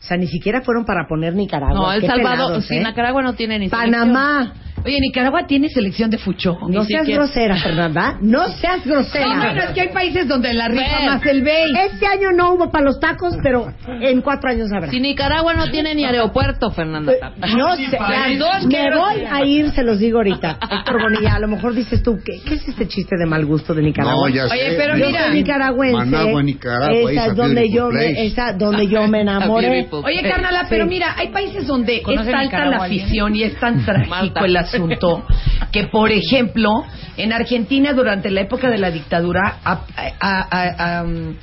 [SPEAKER 2] O sea, ni siquiera fueron para poner Nicaragua.
[SPEAKER 5] No, El
[SPEAKER 2] Qué
[SPEAKER 5] Salvador,
[SPEAKER 2] pelados,
[SPEAKER 5] sí,
[SPEAKER 2] ¿eh?
[SPEAKER 5] Nicaragua no tiene ni
[SPEAKER 2] Panamá,
[SPEAKER 3] Oye, Nicaragua tiene selección de fuchón.
[SPEAKER 2] No
[SPEAKER 3] Ni
[SPEAKER 2] seas
[SPEAKER 3] siquiera-
[SPEAKER 2] grosera, Fernanda. No seas
[SPEAKER 3] No, bueno, es
[SPEAKER 2] grosera.
[SPEAKER 3] que hay países donde la rifa
[SPEAKER 12] Fer.
[SPEAKER 3] más el BEI.
[SPEAKER 2] Este año no hubo para los tacos, pero en cuatro años habrá.
[SPEAKER 12] Si Nicaragua no tiene ni aeropuerto,
[SPEAKER 5] Eh,
[SPEAKER 12] Fernanda Tapia.
[SPEAKER 2] No sé,
[SPEAKER 12] Las dos
[SPEAKER 2] me
[SPEAKER 12] quiero-
[SPEAKER 2] voy a ir, se los digo ahorita. Héctor Bonilla, a lo mejor dices tú, ¿qué, qué es este chiste de mal gusto de Nicaragua?
[SPEAKER 8] No, ya sé.
[SPEAKER 3] Oye, pero
[SPEAKER 2] yo
[SPEAKER 3] mira,
[SPEAKER 2] soy nicaragüense.
[SPEAKER 8] Managua, Nicaragua,
[SPEAKER 2] Esa
[SPEAKER 8] it's a
[SPEAKER 2] es donde
[SPEAKER 8] beautiful
[SPEAKER 2] yo, me,
[SPEAKER 8] place.
[SPEAKER 2] esa donde yo me enamoré.
[SPEAKER 12] beautiful.
[SPEAKER 3] Oye, carnala,
[SPEAKER 2] Sí.
[SPEAKER 3] pero mira, hay países donde es
[SPEAKER 5] ¿Conoce
[SPEAKER 3] alta
[SPEAKER 5] Nicaragua
[SPEAKER 3] la
[SPEAKER 5] alguien?
[SPEAKER 3] afición y es tan trágico
[SPEAKER 12] Malta.
[SPEAKER 3] el asunto que, por ejemplo, en Argentina durante la época de la dictadura, a- a- a- a- um,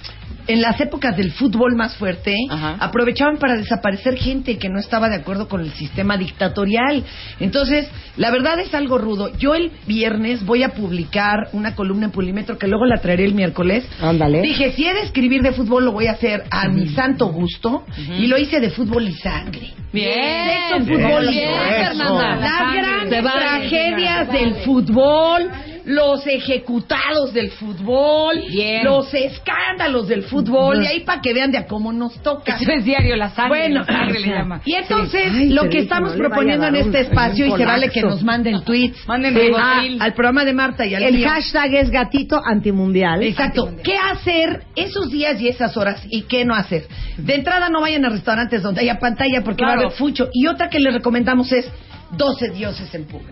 [SPEAKER 3] en las épocas del fútbol más fuerte,
[SPEAKER 12] Ajá.
[SPEAKER 3] aprovechaban para desaparecer gente que no estaba de acuerdo con el sistema dictatorial. Entonces, la verdad es algo rudo. Yo el viernes voy a publicar una columna en Pulimetro que luego la traeré el miércoles.
[SPEAKER 2] Ándale.
[SPEAKER 3] Dije, si he de escribir de fútbol, lo voy a hacer a mi santo gusto. Y lo hice de fútbol y sangre.
[SPEAKER 12] Bien.
[SPEAKER 3] Sexo, fútbol y
[SPEAKER 12] Bien,
[SPEAKER 3] sangre.
[SPEAKER 12] Fernanda.
[SPEAKER 3] Las
[SPEAKER 12] Sangre. Se
[SPEAKER 3] grandes
[SPEAKER 12] vale.
[SPEAKER 3] tragedias del fútbol, los ejecutados del fútbol,
[SPEAKER 5] Bien.
[SPEAKER 3] los escándalos del fútbol. Y ahí para que vean de a cómo nos toca.
[SPEAKER 5] Eso es diario, la sangre.
[SPEAKER 3] Bueno,
[SPEAKER 5] la sangre le llama.
[SPEAKER 3] y entonces
[SPEAKER 2] Ay,
[SPEAKER 3] lo
[SPEAKER 2] qué
[SPEAKER 3] que
[SPEAKER 2] rico,
[SPEAKER 3] estamos
[SPEAKER 2] no le
[SPEAKER 3] proponiendo
[SPEAKER 2] vaya a
[SPEAKER 3] en
[SPEAKER 2] dar
[SPEAKER 3] este
[SPEAKER 2] un-
[SPEAKER 3] espacio,
[SPEAKER 2] un
[SPEAKER 3] y se vale
[SPEAKER 2] colapso.
[SPEAKER 3] que nos manden tweets
[SPEAKER 5] Manden
[SPEAKER 3] Sí.
[SPEAKER 5] Ribotril.
[SPEAKER 3] Ah, al programa de Marta y al
[SPEAKER 2] El
[SPEAKER 3] mío.
[SPEAKER 2] hashtag es gatito antimundial.
[SPEAKER 3] Exacto. ¿Qué hacer esos días y esas horas y qué no hacer? De entrada no vayan a restaurantes donde haya pantalla porque va a haber fucho. Y otra que les recomendamos es 12 dioses en Pugna.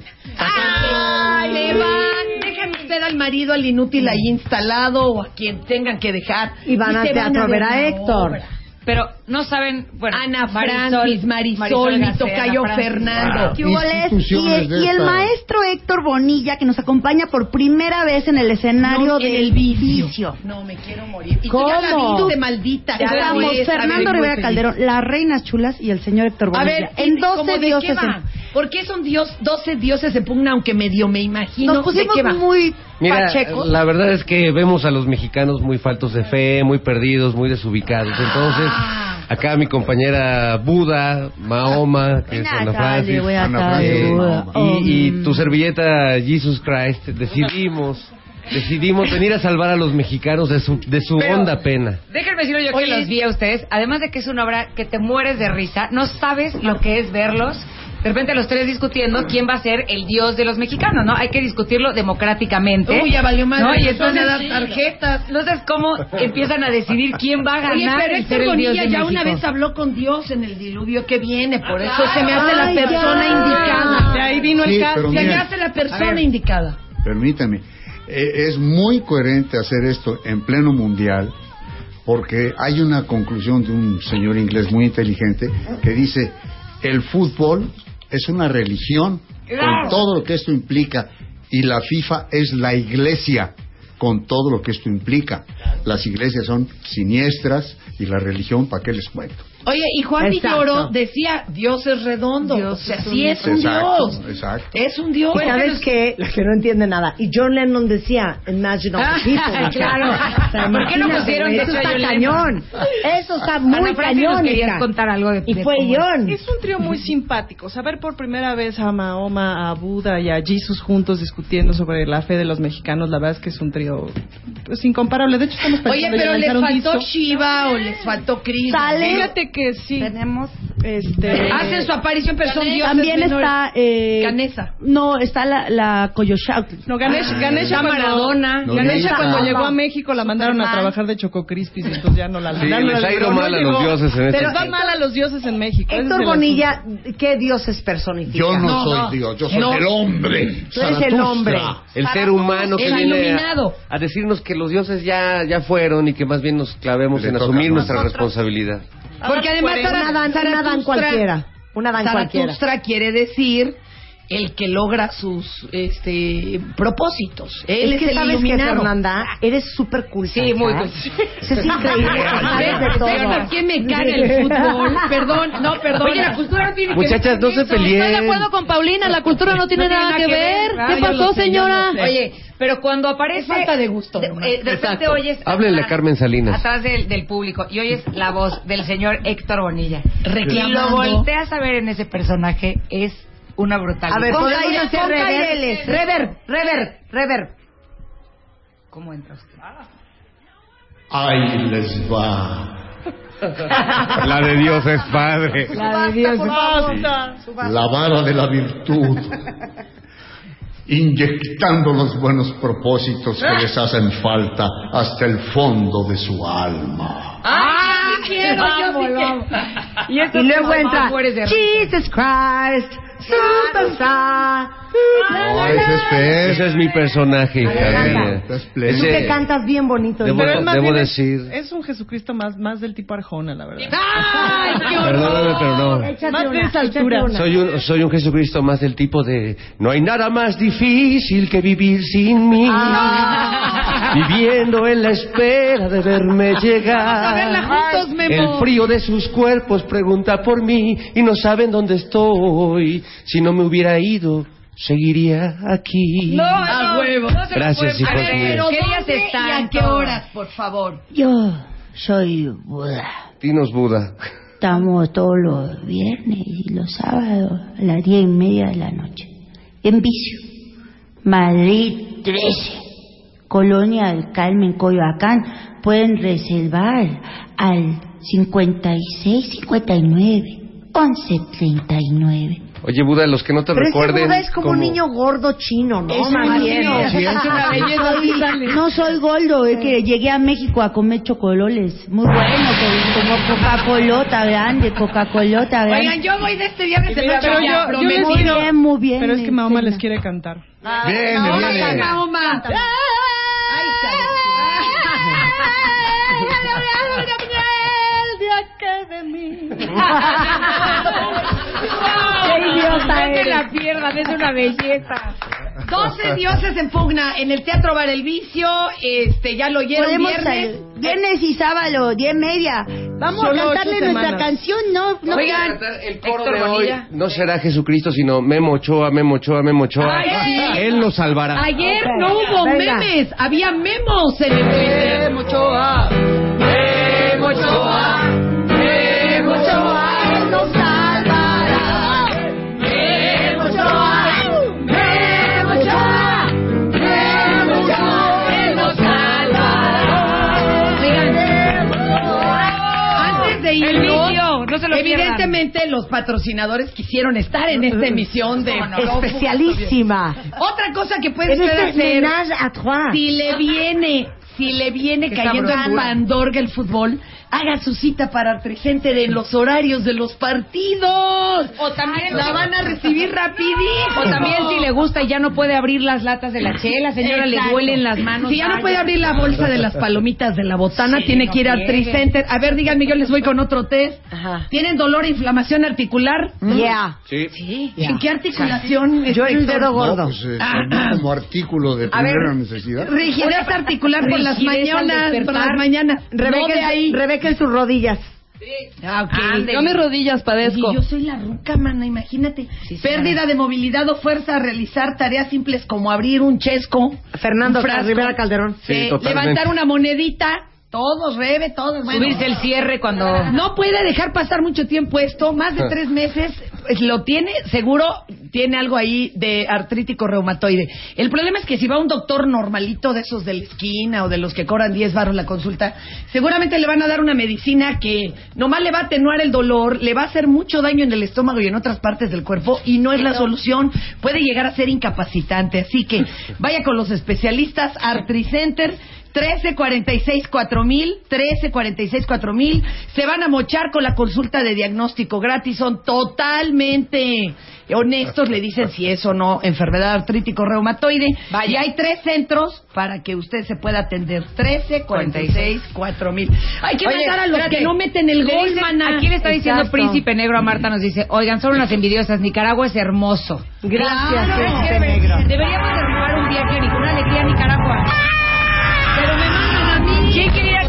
[SPEAKER 3] ¡Ay! Se van. Dejan usted al marido, al inútil ahí instalado o a quien tengan que dejar.
[SPEAKER 2] Y van al
[SPEAKER 3] se
[SPEAKER 2] teatro a ver a
[SPEAKER 3] una
[SPEAKER 2] Héctor.
[SPEAKER 3] obra.
[SPEAKER 5] Pero no saben, bueno,
[SPEAKER 3] Ana
[SPEAKER 5] Marisol,
[SPEAKER 3] Francis, Marisol, mi
[SPEAKER 5] García,
[SPEAKER 3] tocayo
[SPEAKER 5] Ana Francis.
[SPEAKER 3] Fernando.
[SPEAKER 13] ¿Qué hubo, Les?
[SPEAKER 8] Instituciones
[SPEAKER 13] Y,
[SPEAKER 8] de
[SPEAKER 13] y el
[SPEAKER 8] esta.
[SPEAKER 13] maestro Héctor Bonilla, que nos acompaña por primera vez en el escenario
[SPEAKER 3] No, en
[SPEAKER 13] del
[SPEAKER 3] el vicio.
[SPEAKER 13] vicio.
[SPEAKER 3] No, me quiero morir. Y
[SPEAKER 13] ¿Cómo?
[SPEAKER 3] tú ya la viste, maldita. Ya la
[SPEAKER 13] Estamos
[SPEAKER 3] ves,
[SPEAKER 13] Fernando
[SPEAKER 3] a ver,
[SPEAKER 13] Rivera
[SPEAKER 3] muy
[SPEAKER 13] Calderón, las reinas chulas y el señor Héctor
[SPEAKER 3] A
[SPEAKER 13] Bonilla.
[SPEAKER 3] ver,
[SPEAKER 13] en
[SPEAKER 3] ¿y cómo
[SPEAKER 13] 12
[SPEAKER 3] de qué
[SPEAKER 13] dioses.
[SPEAKER 3] va? ¿Por qué son dios, 12 dioses de pugna, aunque medio me
[SPEAKER 13] en-
[SPEAKER 3] imagino?
[SPEAKER 13] Nos pusimos
[SPEAKER 3] ¿De qué va?
[SPEAKER 13] muy
[SPEAKER 4] Mira,
[SPEAKER 3] pachecos.
[SPEAKER 4] la verdad es que vemos a los mexicanos muy faltos de fe, muy perdidos, muy desubicados.
[SPEAKER 8] Pues
[SPEAKER 4] Entonces,
[SPEAKER 3] Ah.
[SPEAKER 4] acá mi compañera Buda, Mahoma, que es Ana Francis,
[SPEAKER 13] voy a
[SPEAKER 8] Ana
[SPEAKER 13] estar
[SPEAKER 8] Francis,
[SPEAKER 13] de
[SPEAKER 4] eh,
[SPEAKER 13] boda. Oh,
[SPEAKER 4] y,
[SPEAKER 13] mm.
[SPEAKER 4] y tu
[SPEAKER 5] Um,
[SPEAKER 4] servilleta Jesus Christ, decidimos, decidimos venir a salvar a los mexicanos de su, de su
[SPEAKER 5] Pero-
[SPEAKER 4] honda pena.
[SPEAKER 5] Déjenme decirlo yo
[SPEAKER 3] Oye,
[SPEAKER 5] que los vi a ustedes. Además de que es una obra que te mueres de risa, no sabes lo que es verlos. De repente los tres discutiendo quién va a ser el dios de los mexicanos, ¿no? Hay que discutirlo democráticamente.
[SPEAKER 3] Uy, ya valió madre,
[SPEAKER 5] ¿eh? ¿no? Y
[SPEAKER 3] nos van a
[SPEAKER 5] entonces,
[SPEAKER 3] dar tarjetas.
[SPEAKER 5] Entonces, ¿cómo empiezan a decidir quién va a ganar
[SPEAKER 3] Oye, pero
[SPEAKER 5] el
[SPEAKER 3] Héctor
[SPEAKER 5] ser el dios
[SPEAKER 3] Bonilla
[SPEAKER 5] de
[SPEAKER 3] ya
[SPEAKER 5] México?
[SPEAKER 3] una vez habló con Dios en el diluvio que viene, por eso se me hace la
[SPEAKER 13] Ay,
[SPEAKER 3] persona
[SPEAKER 13] ya.
[SPEAKER 3] indicada.
[SPEAKER 5] De ahí vino
[SPEAKER 8] Sí,
[SPEAKER 5] el caso.
[SPEAKER 8] pero
[SPEAKER 3] Se me
[SPEAKER 8] mira,
[SPEAKER 3] hace la persona
[SPEAKER 8] A ver.
[SPEAKER 3] indicada.
[SPEAKER 8] permítame, eh, es muy coherente hacer esto en pleno mundial porque hay una conclusión de un señor inglés muy inteligente que dice, el fútbol es una religión con todo lo que esto implica y la FIFA es la iglesia con todo lo que esto implica. Las iglesias son siniestras y la religión, ¿para qué les cuento?
[SPEAKER 3] Oye, y Juan
[SPEAKER 2] Exacto.
[SPEAKER 3] Villoro decía, Dios es redondo.
[SPEAKER 5] Dios
[SPEAKER 3] o sea,
[SPEAKER 5] es
[SPEAKER 3] sí
[SPEAKER 5] un-
[SPEAKER 3] es un
[SPEAKER 8] Exacto,
[SPEAKER 3] Dios.
[SPEAKER 8] exacto.
[SPEAKER 3] Es un Dios.
[SPEAKER 2] Y sabes que la que no entiende nada. Y John Lennon decía, imagine all the people.
[SPEAKER 5] Claro.
[SPEAKER 2] O sea,
[SPEAKER 5] ¿Por qué no
[SPEAKER 2] imagínate,
[SPEAKER 5] pusieron
[SPEAKER 2] güey,
[SPEAKER 5] de
[SPEAKER 2] Eso
[SPEAKER 5] hecho a
[SPEAKER 2] está
[SPEAKER 5] John
[SPEAKER 2] cañón. Eso está
[SPEAKER 5] Ana
[SPEAKER 2] muy
[SPEAKER 5] Francis, nos
[SPEAKER 2] cañón.
[SPEAKER 5] querías
[SPEAKER 2] hija.
[SPEAKER 5] contar algo de-
[SPEAKER 2] Y
[SPEAKER 5] de
[SPEAKER 2] fue
[SPEAKER 5] cómo-
[SPEAKER 2] John.
[SPEAKER 14] Es un trío muy simpático. Saber por primera vez a Mahoma, a Buda y a Jesus juntos discutiendo sobre la fe de los mexicanos, la verdad es que es un trío pues, incomparable. De hecho, estamos
[SPEAKER 3] pues, Oye,
[SPEAKER 5] Pues,
[SPEAKER 14] pensando en
[SPEAKER 3] pero les
[SPEAKER 14] lanzar un
[SPEAKER 3] faltó
[SPEAKER 14] disco.
[SPEAKER 3] Shiva o les faltó Cristo.
[SPEAKER 14] Fíjate que sí.
[SPEAKER 13] Tenemos.
[SPEAKER 2] Eh,
[SPEAKER 14] Este,
[SPEAKER 3] Hacen su aparición, pero son dioses
[SPEAKER 13] También
[SPEAKER 3] menores.
[SPEAKER 13] está. Eh,
[SPEAKER 3] Canesa.
[SPEAKER 13] No, está la, la Coyoshautl.
[SPEAKER 14] no, Ganesh, Ganesh
[SPEAKER 3] está Maradona.
[SPEAKER 8] No,
[SPEAKER 14] Ganesha
[SPEAKER 8] Ganesha.
[SPEAKER 14] cuando llegó a México la mandaron a trabajar de Choco Crispis, entonces ya no la
[SPEAKER 4] Sí,
[SPEAKER 14] ya no la
[SPEAKER 4] les ha ido
[SPEAKER 14] libró,
[SPEAKER 4] mal
[SPEAKER 14] no
[SPEAKER 4] a los
[SPEAKER 14] llegó.
[SPEAKER 4] dioses en este
[SPEAKER 14] Pero va
[SPEAKER 4] país.
[SPEAKER 14] mal a los dioses en México. ese es
[SPEAKER 2] Héctor
[SPEAKER 14] el
[SPEAKER 2] Bonilla, ¿qué dioses personifica?
[SPEAKER 8] Yo no,
[SPEAKER 3] No,
[SPEAKER 8] soy
[SPEAKER 3] no.
[SPEAKER 8] Dios, yo soy
[SPEAKER 3] No.
[SPEAKER 8] el hombre.
[SPEAKER 2] Tú eres el
[SPEAKER 8] Zaratustra.
[SPEAKER 2] hombre.
[SPEAKER 4] El ser humano que
[SPEAKER 3] el
[SPEAKER 4] viene a-
[SPEAKER 3] iluminado.
[SPEAKER 4] a, decirnos que los dioses ya, ya fueron y que más bien nos clavemos
[SPEAKER 8] Le
[SPEAKER 4] en
[SPEAKER 8] toca
[SPEAKER 4] asumir
[SPEAKER 8] a
[SPEAKER 4] nuestra
[SPEAKER 8] nosotros.
[SPEAKER 4] responsabilidad.
[SPEAKER 2] Ah,
[SPEAKER 3] Porque además
[SPEAKER 2] Una dan,
[SPEAKER 3] Zaratustra-
[SPEAKER 2] una dan cualquiera. Una dan cualquiera.
[SPEAKER 3] Zaratustra quiere decir el que logra sus este propósitos. Él
[SPEAKER 2] es que
[SPEAKER 3] el
[SPEAKER 2] sabes que,
[SPEAKER 3] iluminado.
[SPEAKER 2] Fernanda, eres súper culta.
[SPEAKER 5] Sí, muy
[SPEAKER 2] ¿sabes?
[SPEAKER 5] cool.
[SPEAKER 2] Eso es increíble. sabes de
[SPEAKER 3] ¿Ves?
[SPEAKER 2] todo.
[SPEAKER 3] ¿Ves por qué me caga el fútbol? Perdón, no, perdón.
[SPEAKER 5] Oye, la cultura no tiene que
[SPEAKER 4] Muchachas,
[SPEAKER 5] ver
[SPEAKER 4] no
[SPEAKER 5] con
[SPEAKER 4] se
[SPEAKER 5] eso.
[SPEAKER 4] peleen.
[SPEAKER 12] Estoy de acuerdo con Paulina, la cultura no tiene, nada, que ver.
[SPEAKER 5] Ah,
[SPEAKER 12] ¿Qué
[SPEAKER 5] yo lo
[SPEAKER 12] pasó,
[SPEAKER 5] sé,
[SPEAKER 12] señora?
[SPEAKER 5] yo lo sé. Oye, pero cuando aparece.
[SPEAKER 3] Es falta de gusto,
[SPEAKER 5] De,
[SPEAKER 3] nomás.
[SPEAKER 5] eh, de repente
[SPEAKER 12] Exacto.
[SPEAKER 5] oyes.
[SPEAKER 4] Háblenle a
[SPEAKER 5] atrás-
[SPEAKER 4] Carmen Salinas.
[SPEAKER 5] Atrás del, del público. Y oyes la voz del señor Héctor Bonilla. Y lo
[SPEAKER 3] Reclamando.
[SPEAKER 5] volteas a ver en ese personaje. Es una brutalidad.
[SPEAKER 2] A ver,
[SPEAKER 5] Ponga
[SPEAKER 2] ponle-
[SPEAKER 5] ahí,
[SPEAKER 2] ponle-
[SPEAKER 5] ponga
[SPEAKER 2] ponle-
[SPEAKER 5] ahí
[SPEAKER 2] ponle-
[SPEAKER 5] el- rever, rever, rever. ¿Cómo entras?
[SPEAKER 8] Ahí les va.
[SPEAKER 4] La de Dios es padre.
[SPEAKER 8] La vara de la virtud. inyectando los buenos propósitos que les hacen falta hasta el fondo de su alma.
[SPEAKER 15] ¡Ah!
[SPEAKER 3] quiero, yo sí
[SPEAKER 15] Y,
[SPEAKER 3] esto es
[SPEAKER 15] luego
[SPEAKER 3] como
[SPEAKER 15] entra
[SPEAKER 3] Amores de Risa.
[SPEAKER 15] Jesus Christ, Superstar.
[SPEAKER 1] No, ese es Fer. Ese es mi personaje, hija
[SPEAKER 16] Adelanta.
[SPEAKER 1] mía.
[SPEAKER 8] Estás
[SPEAKER 15] Tú te
[SPEAKER 1] Ese-
[SPEAKER 15] cantas bien bonito.
[SPEAKER 1] Debo-
[SPEAKER 16] Pero es más
[SPEAKER 1] debo
[SPEAKER 16] bien-
[SPEAKER 1] decir-
[SPEAKER 16] Es un Jesucristo más, más del tipo Arjona, la verdad.
[SPEAKER 15] ¡Ay,
[SPEAKER 1] qué horror! Perdóname, pero no.
[SPEAKER 15] Échate
[SPEAKER 16] Más de
[SPEAKER 15] una,
[SPEAKER 16] esa
[SPEAKER 15] échate
[SPEAKER 16] altura.
[SPEAKER 15] una.
[SPEAKER 1] Soy un, soy un Jesucristo más del tipo de no hay nada más difícil que vivir sin mí. Viviendo en la espera de verme
[SPEAKER 3] Vamos a verla
[SPEAKER 1] llegar.
[SPEAKER 3] juntos, Memo.
[SPEAKER 1] El frío de sus cuerpos pregunta por mí y no saben dónde estoy. Si no me hubiera ido, seguiría aquí.
[SPEAKER 3] a huevo.
[SPEAKER 1] Gracias, hijos
[SPEAKER 3] A ver,
[SPEAKER 1] míos.
[SPEAKER 3] pero
[SPEAKER 5] ¿Qué
[SPEAKER 3] ¿dónde
[SPEAKER 5] días están
[SPEAKER 3] y a qué
[SPEAKER 5] todos?
[SPEAKER 3] horas, por favor?
[SPEAKER 2] Yo soy Buda.
[SPEAKER 1] Dinos Buda.
[SPEAKER 2] Estamos todos los viernes y los sábados a las diez y media de la noche. En vicio. Madrid 13. Colonia del Carmen, Coyoacán. Pueden reservar al 56-59. 1139.
[SPEAKER 1] Oye, Buda, los que no te
[SPEAKER 15] Pero ese
[SPEAKER 1] recuerden.
[SPEAKER 15] Buda es como, un niño gordo chino, ¿no?
[SPEAKER 2] Es
[SPEAKER 15] Más
[SPEAKER 2] un
[SPEAKER 15] bien.
[SPEAKER 2] niño, sí, es una belleza, sí, sale. No soy gordo, es que llegué a México a comer chocololes. Muy bueno, con- como Coca-Colota grande, Coca-Colota grande.
[SPEAKER 5] Oigan, yo voy de este día de
[SPEAKER 16] Mira,
[SPEAKER 5] noche
[SPEAKER 16] pero
[SPEAKER 5] ya,
[SPEAKER 16] yo- yo les
[SPEAKER 5] prometo.
[SPEAKER 2] muy
[SPEAKER 16] digo-
[SPEAKER 2] bien, muy bien.
[SPEAKER 16] Pero es que
[SPEAKER 2] me
[SPEAKER 16] Mahoma
[SPEAKER 2] encanta.
[SPEAKER 16] les quiere cantar.
[SPEAKER 8] Viene,
[SPEAKER 3] Mahoma,
[SPEAKER 8] viene.
[SPEAKER 3] canta, Mahoma.
[SPEAKER 5] ¡Qué idiota eres! la pierdan, es una belleza.
[SPEAKER 3] 12 dioses en pugna en el Teatro Bar El Vicio. Este, ya lo oyeron
[SPEAKER 2] Podemos
[SPEAKER 3] viernes.
[SPEAKER 2] salir. Viernes y sábado, diez y media. Vamos
[SPEAKER 16] Solo
[SPEAKER 2] a cantarle
[SPEAKER 16] ocho
[SPEAKER 2] nuestra
[SPEAKER 16] semanas.
[SPEAKER 2] canción, no, no
[SPEAKER 3] Oigan,
[SPEAKER 1] El
[SPEAKER 3] coro
[SPEAKER 1] de
[SPEAKER 3] Héctor
[SPEAKER 1] hoy
[SPEAKER 3] Bonilla.
[SPEAKER 1] no será Jesucristo, sino Memo Ochoa, Memo Ochoa, Memo Ochoa.
[SPEAKER 3] Ay, sí.
[SPEAKER 1] Él nos salvará.
[SPEAKER 3] Ayer no hubo
[SPEAKER 15] Venga.
[SPEAKER 3] memes, había memos en el Twitter. Memochoa, Memochoa, Memochoa, nos salvará. Memochoa, Memochoa, Memochoa, nos salvará. Oigan, antes de
[SPEAKER 5] El
[SPEAKER 3] irnos,
[SPEAKER 5] vicio, no se lo pierdan.
[SPEAKER 3] Evidentemente los patrocinadores quisieron estar en esta emisión de
[SPEAKER 15] Especialísima.
[SPEAKER 3] Otra cosa que puede
[SPEAKER 15] En
[SPEAKER 3] usted
[SPEAKER 15] este
[SPEAKER 3] hacer
[SPEAKER 15] menage a
[SPEAKER 2] Ah.
[SPEAKER 15] trois.
[SPEAKER 3] si le viene, si le viene
[SPEAKER 5] Qué
[SPEAKER 3] cayendo en
[SPEAKER 5] sabrosura.
[SPEAKER 3] pandorga el fútbol, haga su cita para Argente en los horarios de los partidos.
[SPEAKER 5] O también
[SPEAKER 3] La van a recibir rapidísimo.
[SPEAKER 5] O también si le gusta y ya no puede abrir las latas de la chela, señora, le
[SPEAKER 3] Exacto.
[SPEAKER 5] duelen las manos.
[SPEAKER 3] Si ya no puede abrir la bolsa de las palomitas de la botana,
[SPEAKER 5] Sí,
[SPEAKER 3] tiene
[SPEAKER 5] no
[SPEAKER 3] que ir al
[SPEAKER 5] quiere.
[SPEAKER 3] Tricenter. A ver, díganme, yo les voy con otro test.
[SPEAKER 15] Ajá.
[SPEAKER 3] ¿Tienen dolor e inflamación articular?
[SPEAKER 15] Yeah.
[SPEAKER 1] Sí.
[SPEAKER 3] Sí.
[SPEAKER 15] Ya.
[SPEAKER 3] ¿En qué articulación?
[SPEAKER 15] Yo el
[SPEAKER 3] Héctor?
[SPEAKER 15] dedo
[SPEAKER 8] No,
[SPEAKER 15] gordo.
[SPEAKER 8] pues, eh,
[SPEAKER 3] Ah,
[SPEAKER 8] también
[SPEAKER 3] ah.
[SPEAKER 8] como artículo de
[SPEAKER 3] A ver,
[SPEAKER 8] primera necesidad.
[SPEAKER 3] Rigidez articular por las
[SPEAKER 5] Rigidez al
[SPEAKER 3] mañanas, por
[SPEAKER 5] despertar.
[SPEAKER 3] las mañanas. No de
[SPEAKER 15] Rebeca,
[SPEAKER 3] ahí.
[SPEAKER 15] en, Rebeca en sus rodillas.
[SPEAKER 3] Ah, ok.
[SPEAKER 5] Ándele.
[SPEAKER 17] Yo mis rodillas padezco.
[SPEAKER 3] Oye, yo soy la ruca, mana, imagínate. Pérdida de movilidad o fuerza a realizar tareas simples como abrir un chesco.
[SPEAKER 15] Fernando
[SPEAKER 3] un frasco,
[SPEAKER 15] Rivera Calderón.
[SPEAKER 1] Sí,
[SPEAKER 3] eh,
[SPEAKER 1] totalmente.
[SPEAKER 3] levantar una monedita. Todos, Rebe, todos. bueno.
[SPEAKER 5] Subirse el cierre cuando...
[SPEAKER 3] No puede dejar pasar mucho tiempo esto, más de tres meses. pues, lo tiene, seguro tiene algo ahí de artrítico reumatoide. El problema es que si va un doctor normalito de esos de la esquina o de los que cobran 10 baros la consulta, seguramente le van a dar una medicina que nomás le va a atenuar el dolor, le va a hacer mucho daño en el estómago y en otras partes del cuerpo y no es la solución. Puede llegar a ser incapacitante. Así que vaya con los especialistas Artricenter. 1346-4000, 1346-4000. Se van a mochar con la consulta de diagnóstico gratis. Son totalmente honestos. Le dicen si es o no enfermedad artrítico reumatoide. Y hay tres centros para que usted se pueda atender. 1346-4000. Hay que
[SPEAKER 5] Oye,
[SPEAKER 3] mandar a los
[SPEAKER 5] espérate.
[SPEAKER 3] que no meten el
[SPEAKER 5] Le
[SPEAKER 3] gol,
[SPEAKER 5] dicen-
[SPEAKER 3] maná.
[SPEAKER 5] Aquí le está diciendo
[SPEAKER 15] Exacto.
[SPEAKER 5] Príncipe Negro a Marta, nos dice, oigan, son unas envidiosas, Nicaragua es hermoso.
[SPEAKER 15] Gracias,
[SPEAKER 5] Claro,
[SPEAKER 15] Príncipe
[SPEAKER 5] jefe.
[SPEAKER 15] Negro.
[SPEAKER 5] Deberíamos de armar un viaje a Nicaragua, a Nicaragua. Pero me mandan a mí. ¿Quién quiere ir a